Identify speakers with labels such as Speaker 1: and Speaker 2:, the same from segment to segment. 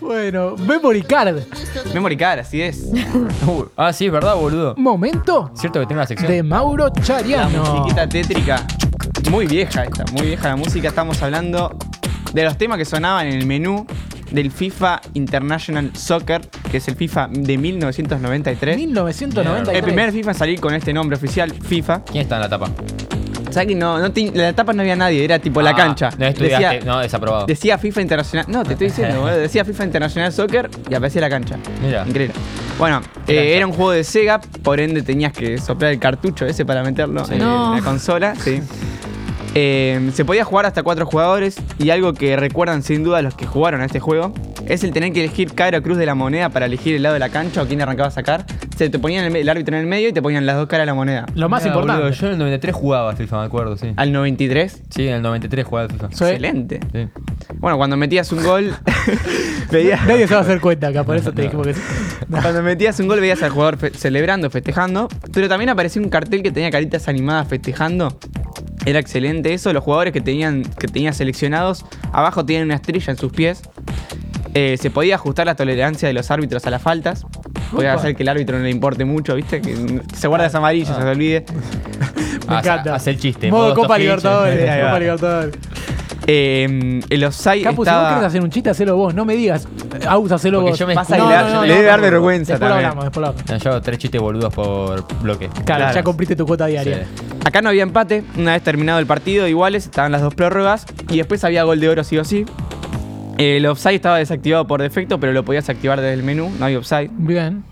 Speaker 1: Bueno, Memory Card.
Speaker 2: Memory Card, así es. Uh,
Speaker 3: Ah, sí, es verdad, boludo.
Speaker 1: Momento
Speaker 3: Cierto que tiene una sección.
Speaker 1: de Mauro
Speaker 2: la
Speaker 1: Chariano.
Speaker 2: musiquita tétrica. Muy vieja esta, muy vieja la música. Estamos hablando de los temas que sonaban en el menú del FIFA International Soccer, que es el FIFA de 1993.
Speaker 1: 1993.
Speaker 2: el primer FIFA en salir con este nombre oficial, FIFA.
Speaker 3: ¿Quién está en la tapa?
Speaker 2: ¿Sabes que no, no te- en la etapa no había nadie? Era tipo la
Speaker 3: Ah,
Speaker 2: cancha.
Speaker 3: No estudiaste,
Speaker 2: Decía-
Speaker 3: no, desaprobado.
Speaker 2: Decía FIFA Internacional. No, te estoy diciendo, boludo. Decía FIFA Internacional Soccer y aparecía la cancha.
Speaker 3: Mirá.
Speaker 2: Increíble. Bueno,
Speaker 3: Qué
Speaker 2: eh,
Speaker 3: cancha.
Speaker 2: era un juego de Sega, por ende tenías que soplar el cartucho ese para meterlo en
Speaker 4: No.
Speaker 2: la consola. Sí. Eh, se podía jugar hasta cuatro jugadores y algo que recuerdan sin duda los que jugaron a este juego es el tener que elegir cara o cruz de la moneda para elegir el lado de la cancha o quién arrancaba a sacar. Se te ponían el, me- el árbitro en el medio y te ponían las dos caras de la moneda.
Speaker 1: Lo más
Speaker 3: Mirá, boludo,
Speaker 1: importante. Ah.
Speaker 3: yo en el 93 jugaba FIFA, me acuerdo, sí.
Speaker 2: Al 93.
Speaker 3: Sí, en el 93 jugaba FIFA.
Speaker 1: Soy-
Speaker 2: Excelente.
Speaker 3: Sí.
Speaker 2: Bueno, cuando metías un gol, veías,
Speaker 1: Nadie se va a hacer cuenta acá, por eso te dijimos que sí.
Speaker 2: Cuando metías un gol veías al jugador fe- celebrando, festejando, pero también aparecía un cartel que tenía caritas animadas festejando. Era excelente eso, los jugadores que tenían que tenía seleccionados abajo tenían una estrella en sus pies. Eh, se podía ajustar la tolerancia de los árbitros a las faltas. Podía
Speaker 1: Upa.
Speaker 2: hacer que el árbitro no le importe mucho, ¿viste? Que n- se guarda las amarillas, se olvide.
Speaker 1: Me
Speaker 3: Ah,
Speaker 1: encanta.
Speaker 3: Hace el chiste.
Speaker 1: Modo
Speaker 3: modo
Speaker 1: Copa
Speaker 3: Tojiche.
Speaker 1: Libertadores.
Speaker 3: Ahí va.
Speaker 1: Copa Libertadores.
Speaker 2: Eh, el offside
Speaker 1: Capu, si vos
Speaker 2: estaba...
Speaker 1: querés hacer un chiste, hacelo vos. No me digas. Aus, hacelo
Speaker 3: Porque
Speaker 1: vos.
Speaker 3: yo me
Speaker 2: Vas a
Speaker 3: escudo.
Speaker 2: hilar,
Speaker 3: No, no, no,
Speaker 2: le debe
Speaker 3: no,
Speaker 2: dar
Speaker 3: no,
Speaker 2: vergüenza
Speaker 1: Después lo
Speaker 2: también.
Speaker 1: hablamos, después lo hablamos.
Speaker 3: No, yo hago tres chistes boludos por bloque.
Speaker 1: Claro,
Speaker 2: Claro.
Speaker 1: ya cumpliste tu cuota diaria.
Speaker 3: Sí.
Speaker 2: Acá no había empate, una vez terminado el partido, iguales, estaban las dos prórrogas y después había gol de oro sí o sí. El offside estaba desactivado por defecto, pero lo podías activar desde el menú, no había offside.
Speaker 1: Bien.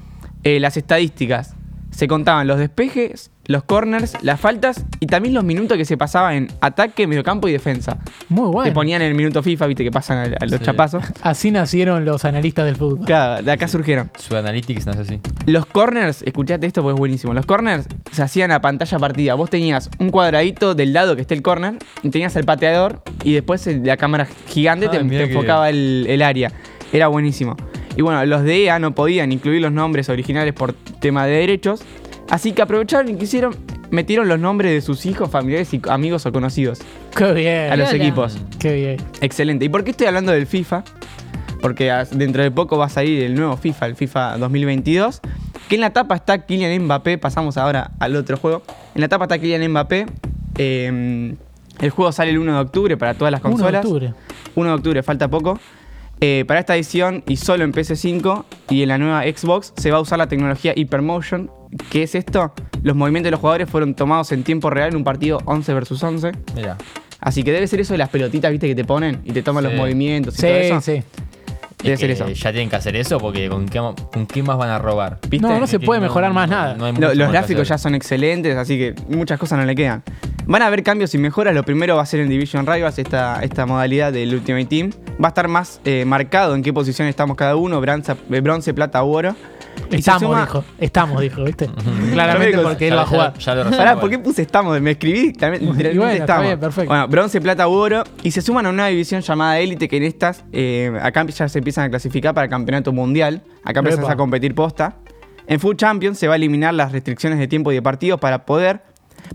Speaker 2: Eh, las estadísticas. Se contaban los despejes, los corners, las faltas y también los minutos que se pasaban en ataque, mediocampo y defensa.
Speaker 1: Muy
Speaker 2: Te
Speaker 1: bueno.
Speaker 2: ponían en el minuto FIFA, viste que pasan a, a los
Speaker 3: Sí.
Speaker 2: chapazos.
Speaker 1: Así nacieron los analistas del fútbol.
Speaker 2: Claro, de acá surgieron.
Speaker 3: Su analytics no sé así.
Speaker 2: Los corners, escuchate esto porque es buenísimo. Los corners se hacían a pantalla partida. Vos tenías un cuadradito del lado que esté el corner, y tenías al pateador y después el- la cámara gigante
Speaker 3: Ah,
Speaker 2: te, te
Speaker 3: mirá que-
Speaker 2: enfocaba el, el área. Era buenísimo. Y bueno, los de EA no podían incluir los nombres originales por tema de derechos, así que aprovecharon y quisieron metieron los nombres de sus hijos, familiares y amigos o conocidos
Speaker 1: Qué
Speaker 2: a
Speaker 1: bien.
Speaker 2: los
Speaker 4: Viola.
Speaker 2: equipos.
Speaker 1: Qué bien.
Speaker 2: Excelente. ¿Y por qué estoy hablando del FIFA? Porque as- dentro de poco va a salir el nuevo FIFA, el FIFA 2022. Que en la tapa está Kylian Mbappé. Pasamos ahora al otro juego. En la tapa está Kylian Mbappé. Eh, el juego sale el 1 de octubre para todas las
Speaker 1: 1 de
Speaker 2: consolas.
Speaker 1: octubre.
Speaker 2: 1 de octubre, falta poco. Eh, para esta edición y solo en PS5 y en la nueva Xbox se va a usar la tecnología Hypermotion. ¿Qué es esto? Los movimientos de los jugadores fueron tomados en tiempo real en un partido 11 versus 11.
Speaker 3: Mira.
Speaker 2: Así que debe ser eso de las pelotitas, viste, que te ponen y te toman
Speaker 3: Sí.
Speaker 2: los movimientos y todo
Speaker 1: Sí,
Speaker 2: eso.
Speaker 1: sí.
Speaker 2: Debe
Speaker 3: Es
Speaker 2: ser
Speaker 3: que
Speaker 2: eso.
Speaker 3: Ya tienen que hacer eso porque con qué, con qué más van a robar.
Speaker 2: ¿Viste?
Speaker 1: No, no se puede mejorar más nada.
Speaker 3: hay
Speaker 2: Lo-
Speaker 3: mucho más
Speaker 2: los
Speaker 3: que
Speaker 2: gráficos ya
Speaker 3: hacer.
Speaker 2: son excelentes, así que muchas cosas no le quedan. Van a haber cambios y mejoras. Lo primero va a ser en Division Rivals, esta, esta modalidad del Ultimate Team. Va a estar más eh, marcado en qué posición estamos cada uno: bronce, eh, bronce, plata u oro. Y se
Speaker 1: Estamos,
Speaker 2: suma-
Speaker 1: dijo. Estamos, dijo, ¿viste?
Speaker 2: Yo
Speaker 1: Claramente
Speaker 2: me-
Speaker 1: porque él
Speaker 3: Ya-
Speaker 1: va a
Speaker 3: ya-
Speaker 1: jugar.
Speaker 3: Ya lo
Speaker 2: Pará,
Speaker 3: resuelvo.
Speaker 2: ¿por qué puse estamos? Me escribí también. Literalmente
Speaker 1: bueno, está
Speaker 2: estamos.
Speaker 1: bien, perfecto.
Speaker 2: Bueno, bronce, plata u oro. Y se suman a una división llamada élite, que en estas, eh, acá ya se empiezan a clasificar para el campeonato mundial. Acá empezás
Speaker 1: Epa.
Speaker 2: a competir posta. En Food Champions se va a eliminar las restricciones de tiempo y de partidos para poder.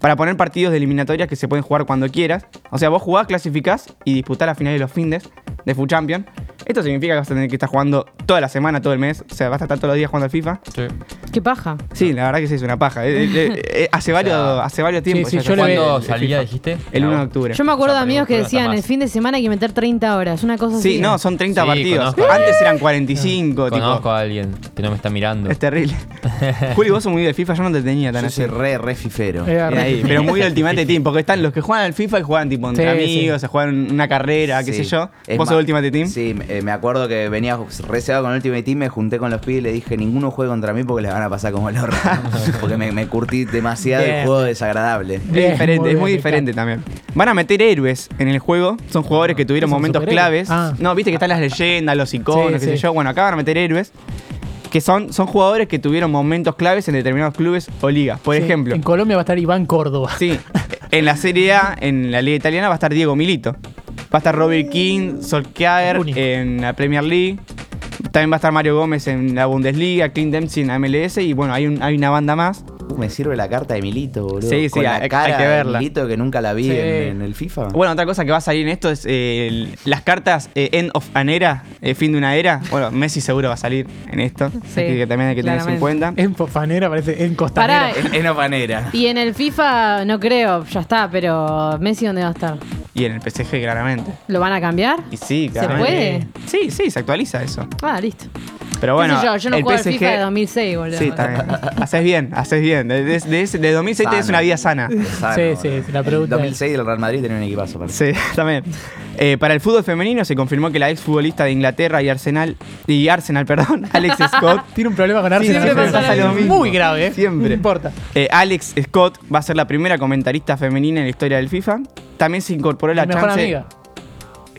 Speaker 2: Para poner partidos de eliminatorias que se pueden jugar cuando quieras. O sea, vos jugás, clasificás y disputás la final de los findes de Food Champions. Esto significa que vas a tener que estar jugando toda la semana, todo el mes. O sea, vas a estar todos los días jugando al FIFA.
Speaker 3: Sí.
Speaker 4: Qué paja.
Speaker 2: Sí, la verdad que sí, es una paja. Eh, eh, eh, eh, hace, varios,
Speaker 3: sea,
Speaker 2: hace varios
Speaker 1: sí,
Speaker 2: tiempos.
Speaker 1: sí,
Speaker 2: ya
Speaker 1: yo
Speaker 2: se
Speaker 1: le
Speaker 2: juega
Speaker 1: veo-
Speaker 3: ¿Cuándo
Speaker 2: el- el
Speaker 3: salía,
Speaker 2: FIFA.
Speaker 3: dijiste?
Speaker 2: El 1 de octubre.
Speaker 4: Yo me acuerdo
Speaker 3: Ya,
Speaker 4: de amigos que
Speaker 3: pero hasta
Speaker 4: decían,
Speaker 3: más.
Speaker 4: el fin de semana hay que meter 30 horas, una cosa así.
Speaker 2: Sí, no, son 30
Speaker 3: Sí,
Speaker 2: partidos.
Speaker 3: conozco.
Speaker 2: Antes eran 45,
Speaker 3: Conozco
Speaker 2: tipo.
Speaker 3: a alguien que no me está mirando.
Speaker 2: Es terrible. Julio, vos sos muy de FIFA, yo no te tenía tan
Speaker 5: Yo
Speaker 2: así.
Speaker 5: soy re, re fifero.
Speaker 1: Era
Speaker 2: Bien ahí, pero muy de Ultimate Team, porque están los que juegan al FIFA y juegan tipo entre
Speaker 1: Sí, sí.
Speaker 2: amigos, se juegan una carrera, qué
Speaker 5: Sí.
Speaker 2: sé yo.
Speaker 5: Es
Speaker 2: ¿Vos
Speaker 5: más,
Speaker 2: sos Ultimate Team?
Speaker 5: Sí, eh, me acuerdo que venía reseado con Ultimate Team, me junté con los pibes y le dije, ninguno juegue contra mí porque les van a pasar como el horno. porque me, me curtí demasiado
Speaker 1: Bien.
Speaker 5: el juego desagradable.
Speaker 1: Bien,
Speaker 2: es diferente,
Speaker 1: muy
Speaker 2: es muy
Speaker 1: bien, Ah,
Speaker 2: diferente también. Van a meter héroes en el juego. Son jugadores que tuvieron
Speaker 1: ¿Son
Speaker 2: momentos
Speaker 1: superhéroes?
Speaker 2: claves.
Speaker 1: Ah.
Speaker 2: No, viste que están las leyendas, los iconos,
Speaker 1: Sí,
Speaker 2: qué sé
Speaker 1: sí.
Speaker 2: yo. Bueno, acá van a meter héroes. Que son, son jugadores que tuvieron momentos claves en determinados clubes o ligas. Por
Speaker 1: Sí,
Speaker 2: ejemplo,
Speaker 1: En Colombia va a estar Iván Córdoba.
Speaker 2: sí, en la Serie A, en la Liga Italiana, va a estar Diego Milito. Va a estar Robert King, Solskjaer
Speaker 1: Único.
Speaker 2: en la Premier League. También va a estar Mario Gómez en la Bundesliga, Clint Dempsey en la MLS. Y bueno, hay, un- hay una banda más.
Speaker 5: Uh, me sirve la carta de Milito, boludo.
Speaker 2: Sí, sí,
Speaker 5: Con la
Speaker 2: hay- hay
Speaker 5: cara
Speaker 2: que
Speaker 5: de
Speaker 2: verla.
Speaker 5: Milito que nunca la vi
Speaker 1: Sí.
Speaker 5: en, en el FIFA.
Speaker 2: Ah. Bueno, otra cosa que va a salir en esto es eh, el- las cartas eh, End of an Era, eh, fin de una era. Bueno, Messi seguro va a salir en esto.
Speaker 4: Sí,
Speaker 2: así que también hay que tener en
Speaker 4: claramente.
Speaker 2: cuenta.
Speaker 1: En Pofanera parece en Costanera.
Speaker 4: Pará,
Speaker 5: En Opanera.
Speaker 4: y en el FIFA no creo, ya está, pero Messi dónde va a estar?
Speaker 2: Y en el PSG, claramente.
Speaker 4: ¿Lo van a cambiar?
Speaker 2: Y sí,
Speaker 4: ¿Se
Speaker 2: claramente. Sí, sí, se actualiza eso.
Speaker 4: Ah, listo.
Speaker 2: Pero
Speaker 4: Qué
Speaker 2: bueno,
Speaker 4: sé yo, yo no
Speaker 2: el
Speaker 4: juego al
Speaker 2: PSG
Speaker 4: FIFA de 2006, boludo.
Speaker 2: Sí, está bien. haces bien, haces bien. De, de, de ese- de 2007
Speaker 5: Sano.
Speaker 2: es una vida sana.
Speaker 5: Sano,
Speaker 1: Sí,
Speaker 5: boludo.
Speaker 1: sí, la
Speaker 5: En
Speaker 1: pregunta es-
Speaker 5: 2006 el Real Madrid tenía un equipazo. para-
Speaker 2: Sí, también. Eh, para el fútbol femenino se confirmó que la exfutbolista de Inglaterra y Arsenal, y Arsenal, perdón, Alex Scott,
Speaker 1: Tiene un problema con Arsenal.
Speaker 2: siempre
Speaker 1: pero
Speaker 2: pasa lo
Speaker 1: es
Speaker 2: mismo.
Speaker 1: Muy grave, ¿eh?
Speaker 2: Siempre.
Speaker 1: No importa.
Speaker 2: eh, Alex Scott va a ser la primera comentarista femenina en la historia del FIFA. También se incorporó la
Speaker 1: Mi mejor
Speaker 2: chance.
Speaker 1: amiga.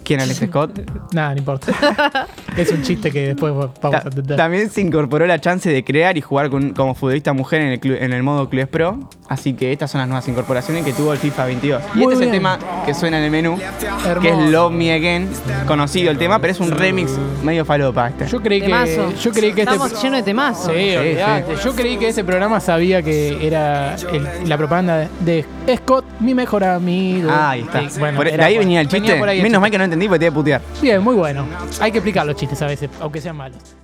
Speaker 2: ¿Quién Alex Scott?
Speaker 1: Nada, no importa. es un chiste que después vamos a
Speaker 2: Ta-
Speaker 1: intentar.
Speaker 2: también se incorporó la chance de crear y jugar con- como futbolista mujer en el, club- en el modo Clubes Pro. Así que estas son las nuevas incorporaciones que tuvo el FIFA 22. Y
Speaker 1: Muy
Speaker 2: este es el
Speaker 1: bien.
Speaker 2: tema que suena en el menú, que es
Speaker 1: Hermoso.
Speaker 2: Love Me Again. Conocido el tema, pero es un remix medio falopa este.
Speaker 1: Yo creí que.
Speaker 4: Temazo.
Speaker 1: Yo creí que
Speaker 4: Estamos
Speaker 1: este.
Speaker 4: llenos de temazo.
Speaker 1: Sí, olvidate. Yo creí que ese programa sabía que era el- la propaganda de, de Scott, mi mejor amigo.
Speaker 2: Ah, ahí está.
Speaker 1: Y, bueno,
Speaker 2: Por- de
Speaker 1: era-
Speaker 2: ahí venía el chiste.
Speaker 1: por ahí el
Speaker 2: Menos mal que no entendí porque te iba a putear.
Speaker 1: chiste. Bien, muy bueno. Hay que explicar los chistes a veces, aunque sean malos.